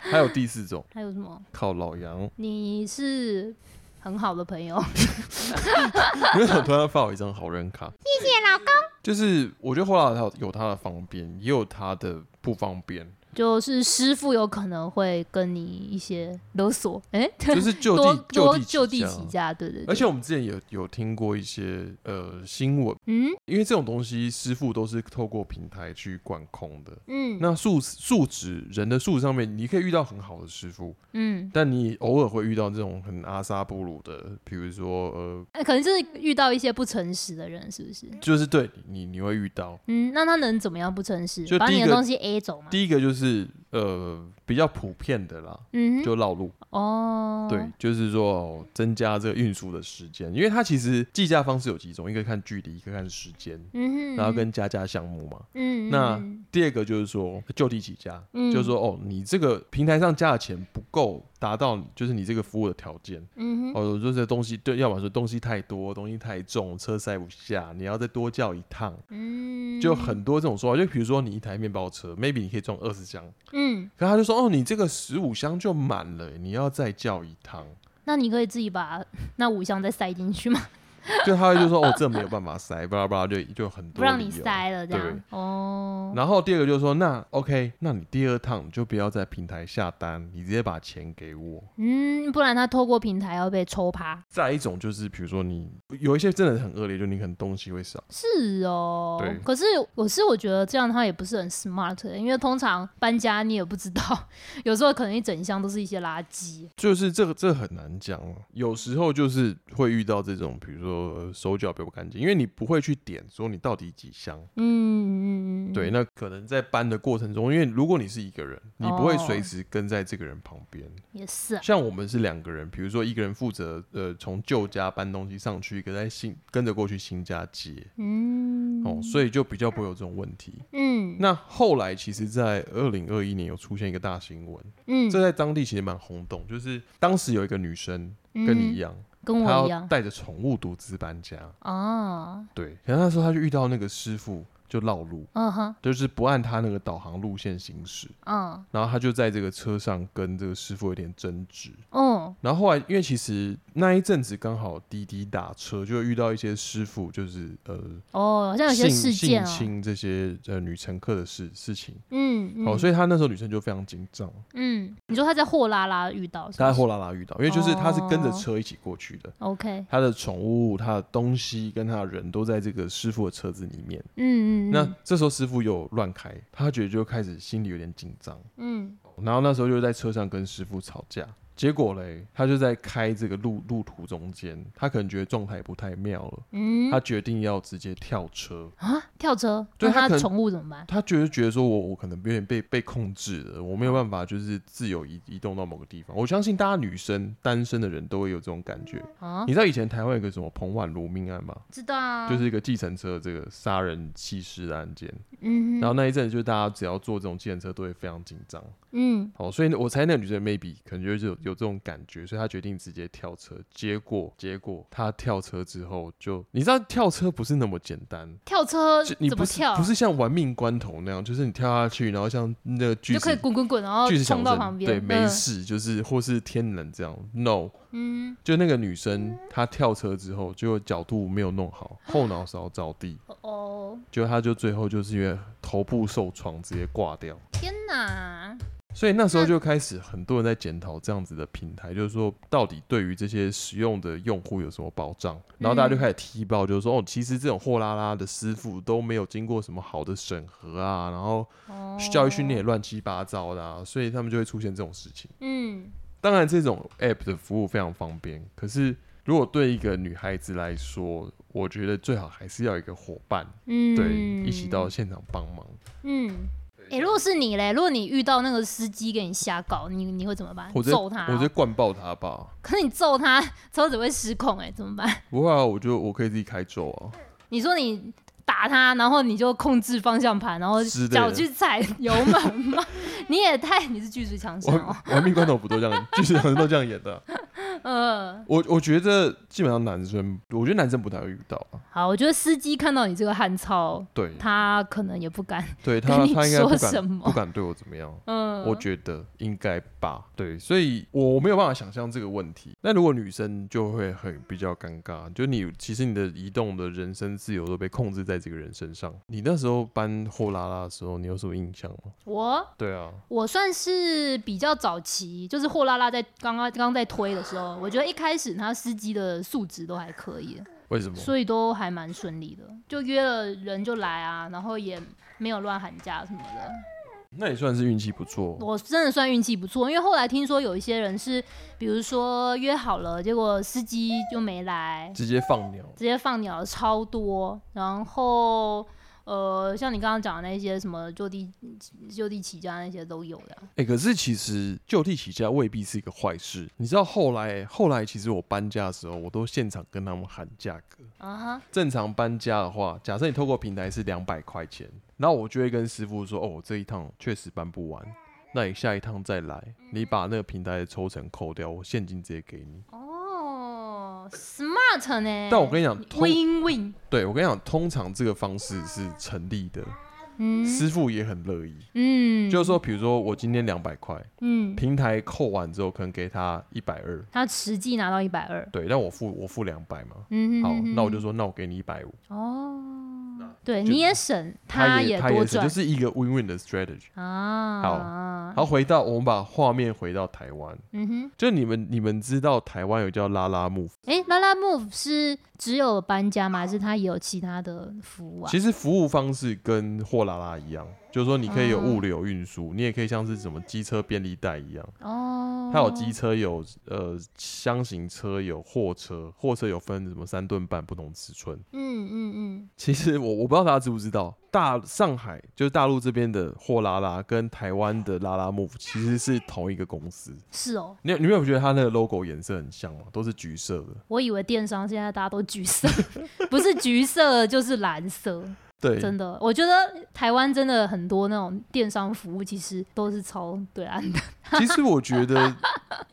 Speaker 2: 还有第四种
Speaker 1: 还有什么？
Speaker 2: 靠老杨。
Speaker 1: 你是很好的朋友， *laughs*
Speaker 2: *laughs* 因为我突然发我一张好人卡，
Speaker 3: 谢谢老公，
Speaker 2: 就是我觉得后来它有它的方便，也有它的不方便，
Speaker 1: 就是师傅有可能会跟你一些勒索，哎、
Speaker 2: 就是就
Speaker 1: 多
Speaker 2: 地
Speaker 1: 多
Speaker 2: 就
Speaker 1: 就
Speaker 2: 地
Speaker 1: 地
Speaker 2: 起
Speaker 1: 起
Speaker 2: 价。
Speaker 1: 价，对对对。
Speaker 2: 而且我们之前有有听过一些呃新闻，
Speaker 1: 嗯
Speaker 2: 因为这种东西师傅都是透过平台去管控的。
Speaker 1: 嗯
Speaker 2: 那素素质人的素质上面，你可以遇到很好的师傅，
Speaker 1: 嗯，
Speaker 2: 但你偶尔会遇到这种很阿萨布鲁的，比如说呃，
Speaker 1: 哎、可能就是遇到一些不诚实的人，是不是？
Speaker 2: 就是对你你会遇到。
Speaker 1: 嗯，那他能怎么样不诚实
Speaker 2: 就？
Speaker 1: 把
Speaker 2: 第一
Speaker 1: 你的
Speaker 2: 个
Speaker 1: 东西 A 走吗？
Speaker 2: 第一个就是呃比较普遍的啦，
Speaker 1: 嗯哼，
Speaker 2: 就绕路，
Speaker 1: 哦，
Speaker 2: 对，，就是说哦增加这个运输的时间，因为它其实计价方式有几种，一个看距离，一个看时间，
Speaker 1: 嗯哼，
Speaker 2: 然后跟加价项目嘛。
Speaker 1: 嗯
Speaker 2: 那
Speaker 1: 嗯
Speaker 2: 第二个就是说就地起价，
Speaker 1: 嗯
Speaker 2: 就是说哦你这个平台上加的钱不够达到就是你这个服务的条件，
Speaker 1: 嗯哼，
Speaker 2: 哦，就是东西对，要么说东西太多，东西太重，车塞不下，你要再多叫一趟，
Speaker 1: 嗯，
Speaker 2: 就很多这种说法。就比如说你一台面包车，maybe 你可以装二十箱，
Speaker 1: 嗯，
Speaker 2: 可他就说哦，你这个十五箱就满了，你要再叫一趟。
Speaker 1: 那你可以自己把那五箱再塞进去吗？ *laughs*
Speaker 2: 就他会就说哦，这没有办法塞，巴拉巴拉，就就很多
Speaker 1: 不让你
Speaker 2: 理由。
Speaker 1: 塞了，这
Speaker 2: 对
Speaker 1: 样哦，
Speaker 2: 然后第二个就是说，那 OK，那你第二趟你就不要在平台下单，你直接把钱给我。
Speaker 1: 嗯，不然他透过平台要被抽趴。
Speaker 2: 再一种就是，比如说你有一些真的很恶劣，就你可能东西会少，
Speaker 1: 是哦
Speaker 2: 对，
Speaker 1: 可是我是我觉得这样他也不是很 smart，的因为通常搬家你也不知道， *laughs* 有时候可能一整箱都是一些垃圾。
Speaker 2: 就是这个这个很难讲哦，有时候就是会遇到这种，比如说、呃手脚比较不干净，因为你不会去点说你到底几箱。
Speaker 1: 嗯嗯嗯，
Speaker 2: 对，，那可能在搬的过程中，因为如果你是一个人，你
Speaker 1: 哦
Speaker 2: 不会随时跟在这个人旁边。
Speaker 1: 也是啊、
Speaker 2: 像我们是两个人，比如说一个人负责呃从旧家搬东西上去，一个在新跟着过去新家接
Speaker 1: 嗯，
Speaker 2: 哦，所以就比较不会有这种问题。
Speaker 1: 嗯
Speaker 2: 那后来其实，在二零二一年有出现一个大新闻，
Speaker 1: 嗯，
Speaker 2: 这在当地其实蛮轰动，就是当时有一个女生跟你一样。
Speaker 1: 嗯，跟
Speaker 2: 他
Speaker 1: 我一
Speaker 2: 要
Speaker 1: 样
Speaker 2: 带着宠物独自搬家，
Speaker 1: 啊，
Speaker 2: 对。然后那时候他就遇到那个师傅就绕路，
Speaker 1: 嗯哼，
Speaker 2: 就是不按他那个导航路线行驶，
Speaker 1: 嗯
Speaker 2: 然后他就在这个车上跟这个师傅有点争执。
Speaker 1: 哦，
Speaker 2: 然后后来，因为其实那一阵子刚好滴滴打车，就遇到一些师傅，就是呃
Speaker 1: 哦，好像有些事
Speaker 2: 性
Speaker 1: 件
Speaker 2: 性
Speaker 1: 啊，
Speaker 2: 侵这些呃女乘客的事事情。
Speaker 1: 嗯，嗯
Speaker 2: 哦，所以他那时候女生就非常紧张，
Speaker 1: 嗯，你说他在货拉拉遇到是不是，
Speaker 2: 她在货拉拉遇到，因为就是她是跟着
Speaker 1: 哦
Speaker 2: 车一起过去的，
Speaker 1: ，OK，
Speaker 2: 她的宠物、她的东西跟她的人都在这个师傅的车子里面。
Speaker 1: 嗯嗯，
Speaker 2: 那
Speaker 1: 嗯
Speaker 2: 这时候师傅有乱开，他觉得就开始心里有点紧张，
Speaker 1: 嗯
Speaker 2: 然后那时候就在车上跟师傅吵架。结果嘞，他就在开这个路路途中间，他可能觉得状态不太妙了，
Speaker 1: 嗯
Speaker 2: 他决定要直接跳车。
Speaker 1: 啊，跳车，
Speaker 2: 对
Speaker 1: 那
Speaker 2: 他
Speaker 1: 他
Speaker 2: 可能
Speaker 1: 宠物怎么办？
Speaker 2: 他觉得觉得说我我可能有点被被控制了，我没有办法就是自由移移动到某个地方。我相信大家女生单身的人都会有这种感觉。
Speaker 1: 啊
Speaker 2: 你，知道以前台湾有个什么彭婉如命案吗？
Speaker 1: 知道啊，
Speaker 2: 就是一个计程车这个杀人弃尸的案件。
Speaker 1: 嗯哼，
Speaker 2: 然后那一阵子，就大家只要坐这种计程车都会非常紧张，
Speaker 1: 嗯
Speaker 2: 哦，所以呢我猜那个女生 maybe 可能就是有有这种感觉，所以她决定直接跳车。结果，结果她跳车之后就，你知道跳车不是那么简单，
Speaker 1: 跳车
Speaker 2: 就你
Speaker 1: 怎
Speaker 2: 不
Speaker 1: 么
Speaker 2: 是
Speaker 1: 跳啊？
Speaker 2: 不是像玩命关头那样，就是你跳下去，然后像那个
Speaker 1: 你
Speaker 2: 巨
Speaker 1: 就可以
Speaker 2: 石
Speaker 1: 滚滚滚，然后
Speaker 2: 巨石
Speaker 1: 冲
Speaker 2: 强
Speaker 1: 到旁
Speaker 2: 森，
Speaker 1: 边，
Speaker 2: 对，没
Speaker 1: 嗯，
Speaker 2: 事，就是或是天冷这样，no。
Speaker 1: 嗯，
Speaker 2: 就那个女生，她跳车之后，结果角度没有弄好，后脑勺着地，
Speaker 1: 哦，
Speaker 2: 结果她就最后就是因为头部受创直接挂掉。
Speaker 1: 天哪，
Speaker 2: 所以那时候就开始很多人在检讨这样子的平台，就是说到底对于这些使用的用户有什么保障？然后大家
Speaker 1: 嗯
Speaker 2: 就开始踢爆，就是说哦，其实这种货拉拉的师傅都没有经过什么好的审核啊，然后
Speaker 1: 哦，
Speaker 2: 教育训练也，乱七八糟的、啊，所以他们就会出现这种事情。
Speaker 1: 嗯
Speaker 2: 当然，这种 app 的服务非常方便，可是如果对一个女孩子来说，我觉得最好还是要有一个伙伴，
Speaker 1: 嗯，
Speaker 2: 对，一起到，现场帮忙。
Speaker 1: 嗯。哎、如果是你嘞，如果你遇到那个司机给你瞎搞，你你会怎么办？
Speaker 2: 我直接
Speaker 1: 揍他、哦
Speaker 2: 我直接灌爆他吧。
Speaker 1: 可是你揍他， *laughs* 车子会失控、哎，怎么办？ *laughs*
Speaker 2: 不会啊，我就我可以自己开咒啊。
Speaker 1: 你说你打他，然后你就控制方向盘，然后
Speaker 2: 之类的
Speaker 1: 脚去踩油门
Speaker 2: *laughs*
Speaker 1: 吗？你也太你是巨石强森哦
Speaker 2: *laughs* 玩。玩命关头不都这样，巨石强森都这样演的啊、
Speaker 1: 嗯，
Speaker 2: 我我觉得基本上男生，我觉得男生不太会遇到啊。
Speaker 1: 好，我觉得司机看到你这个汗操，
Speaker 2: 对，
Speaker 1: 他可能也不敢。
Speaker 2: 对他
Speaker 1: *laughs* 跟你
Speaker 2: 他应该不
Speaker 1: 说什
Speaker 2: 敢
Speaker 1: 么
Speaker 2: 不敢对我怎么样。
Speaker 1: *laughs* 嗯，
Speaker 2: 我觉得应该吧，对，所以我没有办法想象这个问题。那如果女生就会很比较尴尬，就你其实你的移动的人身自由都被控制在这个人身上。你那时候搬货拉拉的时候，你有什么印象吗？
Speaker 1: 我
Speaker 2: 对啊，
Speaker 1: 我算是比较早期，就是货拉拉在刚刚刚在推的时候，我觉得一开始他司机的素质都还可以，
Speaker 2: 为什么？
Speaker 1: 所以都还蛮顺利的，就约了人就来啊，然后也没有乱喊价什么的。
Speaker 2: 那你算是运气不错。
Speaker 1: 我真的算运气不错，因为后来听说有一些人是，比如说约好了，结果司机就没来，
Speaker 2: 直接放鸟，
Speaker 1: 直接放鸟超多，然后。呃，像你刚刚讲的那些什么就地就地起价那些都有的，
Speaker 2: 哎、可是其实就地起价未必是一个坏事。你知道后来后来，其实我搬家的时候，我都现场跟他们喊价格。
Speaker 1: 啊哈，
Speaker 2: 正常搬家的话，假设你透过平台是两百块钱，然后我就会跟师傅说，哦，我这一趟确实搬不完，那你下一趟再来，你把那个平台的抽成扣掉，我现金直接给你。
Speaker 1: 嗯哦，smart 呢？
Speaker 2: 但我跟你讲通
Speaker 1: ，win win，
Speaker 2: 对我跟你讲，通常这个方式是成立的，
Speaker 1: 嗯
Speaker 2: 师傅也很乐意。
Speaker 1: 嗯，
Speaker 2: 就是说，比如说我今天两百块，
Speaker 1: 嗯，
Speaker 2: 平台扣完之后，可能给他一百二，
Speaker 1: 他实际拿到一百二，
Speaker 2: 对，但我付我付两百嘛。
Speaker 1: 嗯哼
Speaker 2: 好
Speaker 1: 哼，哼
Speaker 2: 那我就说，那我给你一百五，
Speaker 1: 哦，对，
Speaker 2: 就
Speaker 1: 你也省，
Speaker 2: 也他
Speaker 1: 多
Speaker 2: 是，
Speaker 1: 赚，
Speaker 2: 就是一个 win-win 的 strategy。
Speaker 1: 啊，
Speaker 2: 好，好，回到我们把画面回到台湾，
Speaker 1: 嗯哼，
Speaker 2: 就你们你们知道台湾有叫拉拉木，
Speaker 1: 哎、拉拉 move 是只有搬家吗？还是它也有其他的服务啊？
Speaker 2: 其实服务方式跟货拉拉一样，就是说你可以有
Speaker 1: 嗯
Speaker 2: 物流运输，你也可以像是什么机车便利贷一样，
Speaker 1: 哦，
Speaker 2: 它有机车有呃箱型车有货车，货车有分什么三吨半不同尺寸。
Speaker 1: 嗯嗯
Speaker 2: 其实我我不知道大家知不知道，大上海就是大陆这边的货拉拉跟台湾的拉拉木其实是同一个公司。
Speaker 1: 嗯，是哦，
Speaker 2: 你有你们有觉得它那个 logo 颜色很像吗？都是橘色的。
Speaker 1: 我以为电商现在大家都橘色， *laughs* 不是橘色就是蓝色，
Speaker 2: 对，
Speaker 1: 真的，我觉得台湾真的很多那种电商服务其实都是超对啊岸的，
Speaker 2: 其实我觉得， *laughs*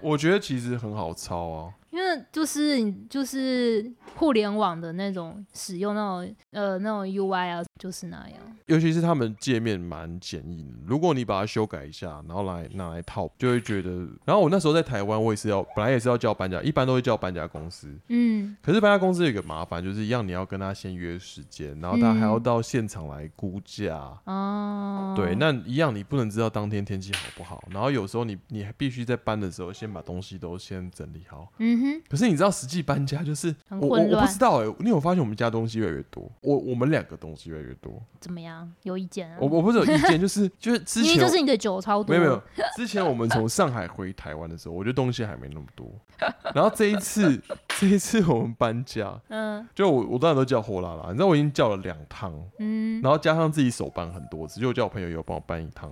Speaker 2: 我觉得其实很好抄啊。
Speaker 1: 因为就是就是互联网的那种使用那种呃那种 UI 啊，就是那样。
Speaker 2: 尤其是他们界面蛮简易的，如果你把它修改一下，然后拿来拿来套，就会觉得。然后我那时候在台湾，我也是要，本来也是要叫搬家，一般都会叫搬家公司。
Speaker 1: 嗯，
Speaker 2: 可是搬家公司有一个麻烦，就是一样你要跟他先约时间，然后他还要到现场来估价。
Speaker 1: 哦，
Speaker 2: 对，那一样你不能知道当天天气好不好，然后有时候你你还必须在搬的时候先把东西都先整理好，
Speaker 1: 嗯
Speaker 2: 可是你知道实际搬家就是
Speaker 1: 很
Speaker 2: 我我
Speaker 1: 混
Speaker 2: 我
Speaker 1: 乱
Speaker 2: 不知道哎、你有发现我们家东西越来越多，我我们两个东西越来越多，
Speaker 1: 哼，怎么样？有意见啊？
Speaker 2: 我我不是有意见，就是 *laughs* 就是之
Speaker 1: 因为
Speaker 2: 前
Speaker 1: 就是你的酒超多，
Speaker 2: 没有没有，之前我们从上海回台湾的时候，我觉得东西还没那么多，然后这一次 *laughs* 这一次我们搬家，
Speaker 1: 嗯
Speaker 2: 就我我当然都叫货拉拉，你知道我已经叫了两趟，
Speaker 1: 嗯，
Speaker 2: 然后加上自己手搬很多次，就叫我朋友有帮我搬一趟，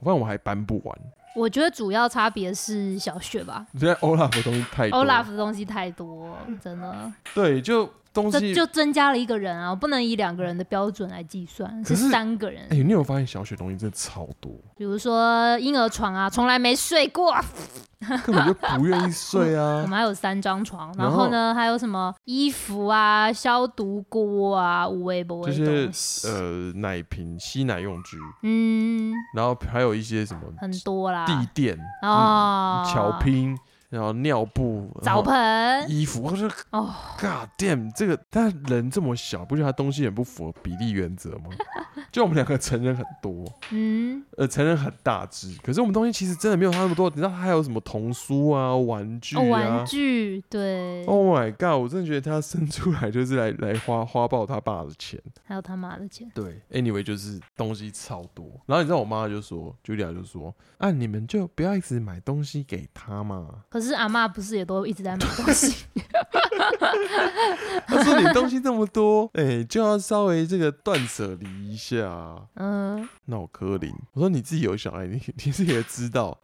Speaker 2: 我发现我还搬不完，
Speaker 1: 我觉得主要差别是小雪吧
Speaker 2: 现在 Olaf 的东西太多
Speaker 1: ，Olaf 的东西太多，真的，
Speaker 2: 对，就东
Speaker 1: 这
Speaker 2: 西
Speaker 1: 就增加了一个人啊，我不能以两个人的标准来计算，
Speaker 2: 可是
Speaker 1: 三个人
Speaker 2: 哎、，你有发现小雪东西真的超多。
Speaker 1: 比如说婴儿床啊，从来没睡过，
Speaker 2: 根本就不愿意睡
Speaker 1: 我 *laughs*
Speaker 2: 啊。
Speaker 1: 们还有三张床，
Speaker 2: 然
Speaker 1: 然
Speaker 2: 后
Speaker 1: 后呢还有什么衣服啊、消毒锅啊、无微不
Speaker 2: 这
Speaker 1: 微的东
Speaker 2: 些
Speaker 1: 西，
Speaker 2: 呃奶瓶、吸奶用具，
Speaker 1: 嗯，
Speaker 2: 然后还有一些什么
Speaker 1: 很多啦，
Speaker 2: 地垫、嗯
Speaker 1: 哦，
Speaker 2: 巧拼，然后尿布、
Speaker 1: 澡
Speaker 2: 然后
Speaker 1: 盆
Speaker 2: 衣服，我说
Speaker 1: 哦。
Speaker 2: God damn，这个但人这么小，不觉得他东西很不符合比例原则
Speaker 1: *laughs*
Speaker 2: 吗？就我们两个成人很多，
Speaker 1: 嗯，
Speaker 2: 呃，成人很大只，可是我们东西其实真的没有他那么多。你知道还有什么童书啊、玩具
Speaker 1: 哦，玩
Speaker 2: 啊
Speaker 1: 具，对，
Speaker 2: ？Oh my god！我真的觉得他生出来就是来来花花爆他爸的钱。
Speaker 1: 还有他妈的钱，
Speaker 2: 对，anyway 就是东西超多。然后你知道我妈就说，Julia 就说，啊，你们就不要一直买东西给他嘛。
Speaker 1: 可是阿嬷不是也都一直在买东
Speaker 2: *laughs*
Speaker 1: 西？
Speaker 2: 她说你东西这么多，哎、就要稍微这个断舍离一下。
Speaker 1: 嗯，
Speaker 2: 那我柯林，我说你自己有小孩，你你自己也知道，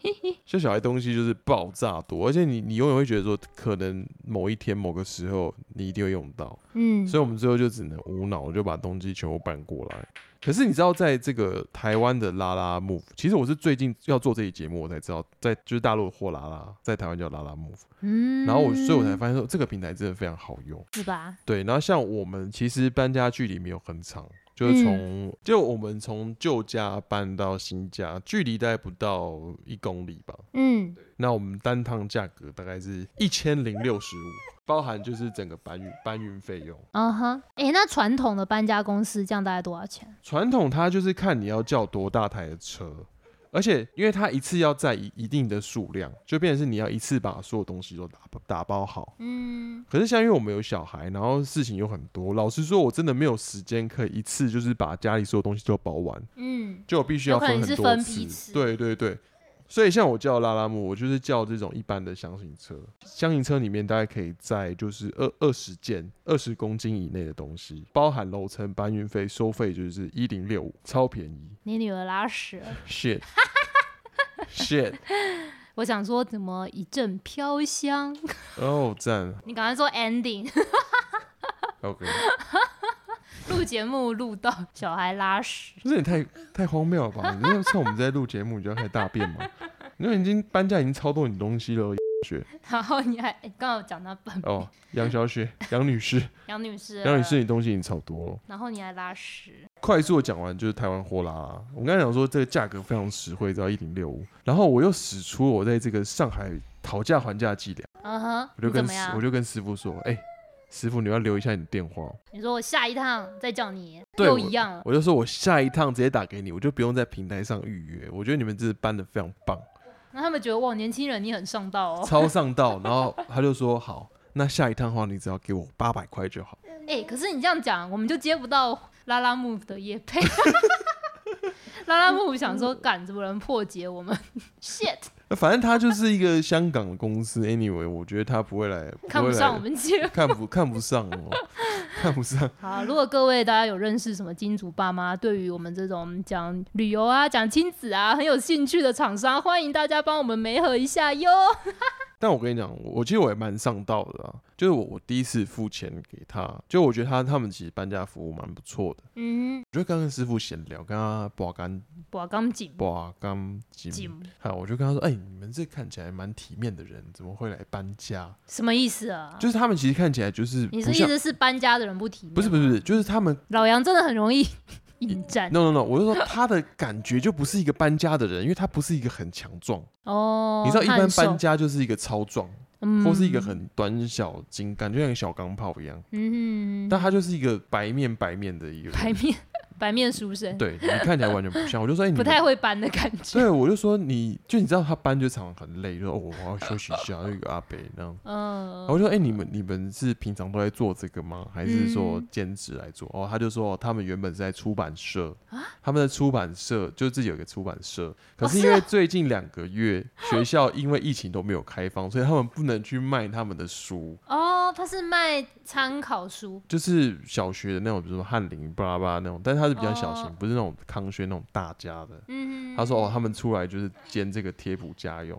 Speaker 2: 就小孩东西就是爆炸多，而且你你永远会觉得说，可能某一天某个时候你一定会用到，
Speaker 1: 嗯
Speaker 2: 所以我们最后就只能无脑就把东西全部搬过来。可是你知道，在这个台湾的拉拉 move，其实我是最近要做这一节目，我才知道，在就是大陆的货拉拉，在台湾叫拉拉 move，
Speaker 1: 嗯，
Speaker 2: 然后我所以我才发现说这个平台真的非常好用。
Speaker 1: 是吧？
Speaker 2: 对，然后像我们其实搬家距离没有很长，就是从、就我们从旧家搬到新家，距离大概不到一公里吧。
Speaker 1: 嗯，
Speaker 2: 那我们单趟价格大概是一千零六十五，包含就是整个搬运搬运费用。
Speaker 1: 啊哈，哎，那传统的搬家公司这样大概多少钱？
Speaker 2: 传统它就是看你要叫多大台的车，而且因为它一次要载一一定的数量，就变成是你要一次把所有东西都打打包好。
Speaker 1: 嗯，
Speaker 2: 可是像因为我们有小孩，然后事情有很多，老实说，我真的没有时间可以一次就是把家里所有东西都包完，
Speaker 1: 嗯，
Speaker 2: 就我必须要分
Speaker 1: 有可能是
Speaker 2: 很多
Speaker 1: 分批次
Speaker 2: 次。对对对，所以像我叫拉拉木，我就是叫这种一般的箱型车，箱型车里面大概可以载就是二二十件、二十公斤以内的东西，包含楼层、搬运费、收费就是一零六五，超便宜。
Speaker 1: 你女儿拉屎了，
Speaker 2: shit *laughs* shit，
Speaker 1: 我想说怎么一阵飘香？
Speaker 2: 哦赞
Speaker 1: 你赶快做 ending， *laughs*
Speaker 2: ，OK，
Speaker 1: 录节目录到小孩拉屎，
Speaker 2: 这也太太荒谬了吧？你要趁我们在录节目，你就要开始大便吗？因为已经搬家已经超多你东西了。雪
Speaker 1: 然后你还诶刚好讲到本
Speaker 2: 哦，杨小雪，杨女士，
Speaker 1: 杨女士，
Speaker 2: 杨女士，，你东西已经超多了。
Speaker 1: 然后你还拉屎，
Speaker 2: 快速的讲完就是台湾货拉拉，我刚才讲说这个价格非常实惠，只要一零六五。然后我又使出我在这个上海讨价还价的伎俩，
Speaker 1: 嗯哼，
Speaker 2: 我就
Speaker 1: 你怎
Speaker 2: 跟
Speaker 1: 么
Speaker 2: 师
Speaker 1: 样
Speaker 2: 我？就跟师傅说，哎、师傅你要留一下你的电话哦，
Speaker 1: 你说我下一趟再叫你，
Speaker 2: 对
Speaker 1: 又
Speaker 2: 我
Speaker 1: 一样了。
Speaker 2: 我就说我下一趟直接打给你，我就不用在平台上预约。我觉得你们这办的非常棒，
Speaker 1: 那他们觉得哇，年轻人你很上道哦。
Speaker 2: 超上道。然后他就说好，那下一趟的话，你只要给我八百块就好。
Speaker 1: 哎、可是你这样讲，我们就接不到拉拉木的叶配。 *laughs* 拉拉木想
Speaker 2: *laughs*
Speaker 1: 说，敢怎么能破解我们 *laughs* ？shit，
Speaker 2: 那反正他就是一个香港的公司，anyway，我觉得他不会来，
Speaker 1: 看不
Speaker 2: 会来
Speaker 1: 上我，们节目。
Speaker 2: 看不看不上哦，看不上。
Speaker 1: 好，如果各位大家有认识什么金主爸妈，对于我们这种讲旅游啊、讲亲子啊很有兴趣的厂商，欢迎大家帮我们媒合一下哟。
Speaker 2: 但我跟你讲，我其实我也蛮上道的啊，就是我我第一次付钱给他，就我觉得他他们其实搬家服务蛮不错的。
Speaker 1: 嗯，
Speaker 2: 我就刚跟师傅闲聊，跟他拔干
Speaker 1: 哇，刚紧
Speaker 2: 拔干
Speaker 1: 紧
Speaker 2: 紧，好，我就跟他说，哎、你们这看起来蛮体面的人，怎么会来搬家？
Speaker 1: 什么意思啊？
Speaker 2: 就是他们其实看起来就是
Speaker 1: 你
Speaker 2: 不
Speaker 1: 是意
Speaker 2: 像，
Speaker 1: 思是搬家的人不提？
Speaker 2: 不是不是，不是，就是他们
Speaker 1: 老杨真的很容易引战
Speaker 2: no no no，我就说他的感觉就不是一个搬家的人，因为他不是一个很强壮，
Speaker 1: 哦。
Speaker 2: 你知道一
Speaker 1: 他
Speaker 2: 般
Speaker 1: 很瘦
Speaker 2: 搬家就是一个超壮，
Speaker 1: 嗯
Speaker 2: 或是一个很短小精干，就像一个小钢炮一样，
Speaker 1: 嗯，
Speaker 2: 但他就是一个白面白面的一个人，
Speaker 1: 白面 *laughs* 白面书生，
Speaker 2: 对你看起来完全不像，我就说哎、你
Speaker 1: 不
Speaker 2: 们
Speaker 1: 太会搬的感觉。
Speaker 2: 对，我就说你就你知道他搬就常常很累，就说、哦、我要休息一下，那个阿北那样。
Speaker 1: 嗯
Speaker 2: 然后，我就说：“哎、你们你们是平常都在做这个吗？还是说
Speaker 1: 嗯
Speaker 2: 兼职来做？”哦，他就说他们原本是在出版社，
Speaker 1: 啊
Speaker 2: 他们的出版社就自己有一个出版社，可
Speaker 1: 哦
Speaker 2: 是
Speaker 1: 是
Speaker 2: 因为
Speaker 1: 啊
Speaker 2: 最近两个月
Speaker 1: 哦
Speaker 2: 学校因为疫情都没有开放，所以他们不能去卖他们的书，
Speaker 1: 哦，他是卖参考书，
Speaker 2: 就是小学的那种，比如说翰林巴拉巴拉那种，但是他是比较小型，
Speaker 1: 哦
Speaker 2: 不是那种康轩那种大家的。
Speaker 1: 嗯，
Speaker 2: 他说：“哦，他们出来就是兼这个贴补家用，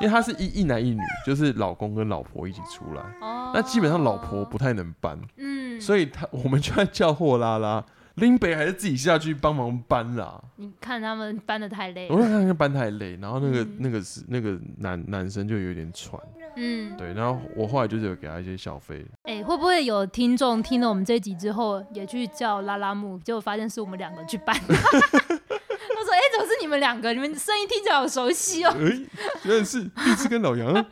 Speaker 2: 因为他是一一男一女，就是老公跟老婆一起出来。
Speaker 1: 哦，
Speaker 2: 那基本上老婆不，太能搬，
Speaker 1: 嗯，
Speaker 2: 所以他我们就要叫货拉拉，林北还是自己下去帮忙搬啦。
Speaker 1: 你看他们搬的太累
Speaker 2: 我
Speaker 1: 了，
Speaker 2: 说他那搬太累，然后那个、
Speaker 1: 嗯
Speaker 2: 那个是那个男男生就有点喘，
Speaker 1: 嗯，
Speaker 2: 对，然后我后来就是有给他一些小
Speaker 1: *laughs*
Speaker 2: 费，
Speaker 1: 哎，会不会有听众听了我们这集之后，也去叫拉拉木，结果发现是我们两个去搬？ *laughs* 他说，哎，怎么是你们两个？你们声音听起来好熟悉哦。 *laughs*
Speaker 2: 哎、原来是荔枝跟老杨啊，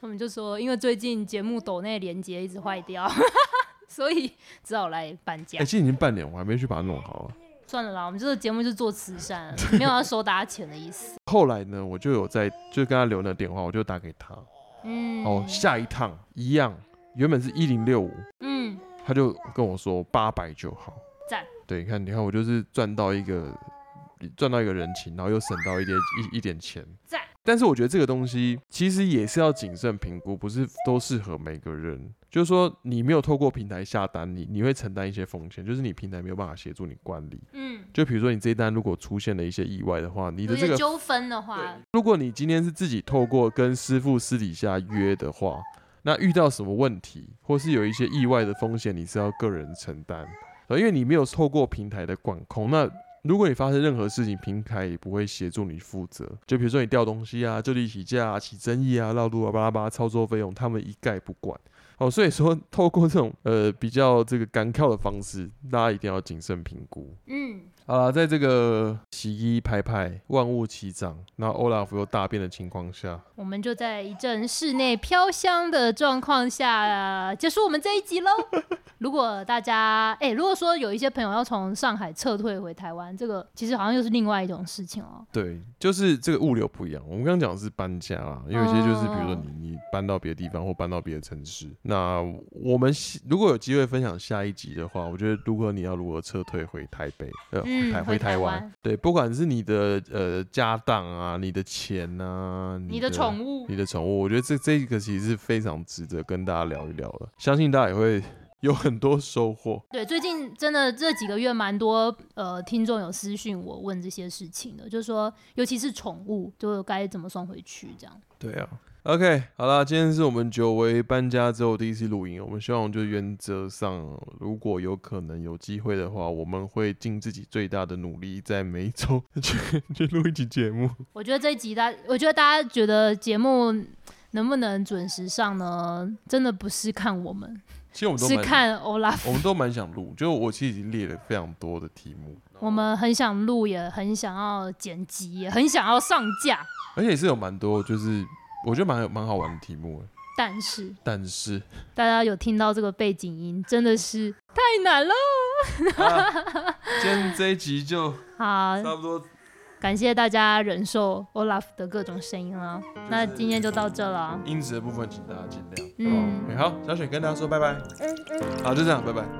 Speaker 1: 我们就说，因为最近节目抖内连接一直坏掉， *laughs* 所以只好来搬家
Speaker 2: 哎、。其实已经半年，我还没去把它弄好啊。
Speaker 1: 算了啦，我们这个节目就做慈善，没有要收大家钱的意思。
Speaker 2: 后来呢，我就有在就跟他留那电话，我就打给他，
Speaker 1: 嗯，
Speaker 2: 哦，下一趟一样，原本是一零六五，
Speaker 1: 嗯，
Speaker 2: 他就跟我说八百就好。
Speaker 1: 赞，
Speaker 2: 对，你看，你看，我就是赚到一个赚到一个人情，然后又省到一点一一点钱。
Speaker 1: 赞
Speaker 2: 但是我觉得这个东西其实也是要谨慎评估，不是都适合每个人。就是说，你没有透过平台下单，你你会承担一些风险，就是你平台没有办法协助你管理。
Speaker 1: 嗯，
Speaker 2: 就比如说，你这一单如果出现了一些意外的话，你
Speaker 1: 有
Speaker 2: 的
Speaker 1: 一
Speaker 2: 这
Speaker 1: 些
Speaker 2: 个
Speaker 1: 纠纷的话，
Speaker 2: 如果你今天是自己透过跟师傅私底下约的话，那遇到什么问题，或是有一些意外的风险，你是要个人承担。呃，因为你没有透过平台的管控，那如果你发生任何事情，平台也不会协助你负责。就比如说你掉东西啊、就地起价、啊、起争议啊、绕路啊、巴拉巴拉、操作费用，他们一概不管。哦，所以说透过这种呃比较这个干跳的方式，大家一定要谨慎评估。
Speaker 1: 嗯，
Speaker 2: 好啦，在这个洗衣拍拍万物齐涨，那欧拉夫又大便的情况下，
Speaker 1: 我们就在一阵室内飘香的状况下、呃结束我们这一集喽。 *laughs* 如果大家哎、如果说有一些朋友要从上海撤退回台湾，这个其实好像又是另外一种事情哦。
Speaker 2: 对，就是这个物流不一样。我们刚刚讲的是搬家啦，因为有些就是比如
Speaker 1: 啊
Speaker 2: 说你你搬到别的地方或搬到别的城市。那我们希如果有机会分享下一集的话，我觉得如果你要如何撤退回台北，呃，回
Speaker 1: 嗯
Speaker 2: 台、
Speaker 1: 回台
Speaker 2: 台湾
Speaker 1: 湾，
Speaker 2: 对，不管是你的呃家当啊、你的钱啊、
Speaker 1: 你的宠物
Speaker 2: 你的宠物，我觉得这这个其实是非常值得跟大家聊一聊的，相信大家也会有很多收获。
Speaker 1: 对，最近真的这几个月蛮多呃听众有私讯我问这些事情的，就是说尤其是宠物，就该怎么送回去这样。
Speaker 2: 对啊。OK，好啦，今天是我们久违搬家之后第一次录音，我们希望就原则上，如果有可能有机会的话，我们会尽自己最大的努力，在每一周 *laughs* 去去录一集节目。
Speaker 1: 我觉得这一集大，我觉得大家觉得节目能不能准时上呢？真的不是看我们，
Speaker 2: 其实我们
Speaker 1: 是
Speaker 2: 都蛮，
Speaker 1: 看欧拉。
Speaker 2: 我们都蛮想录，就我其实已经列了非常多的题目，
Speaker 1: 我们很想录，也很想要剪辑，也很想要上架，
Speaker 2: 而且是有蛮多，就是我觉得蛮蛮好玩的题目，
Speaker 1: 但是
Speaker 2: 但是
Speaker 1: 大家有听到这个背景音，真的是太难了。
Speaker 2: 今天这一集就
Speaker 1: 好，
Speaker 2: 差不多，
Speaker 1: 感谢大家忍受 Olaf 的各种声音了。那今天就到这了啊，
Speaker 2: 音质的部分请大家见谅。
Speaker 1: 嗯。
Speaker 2: 哎 OK，好，小雪跟大家说拜拜，好，就这样，拜拜。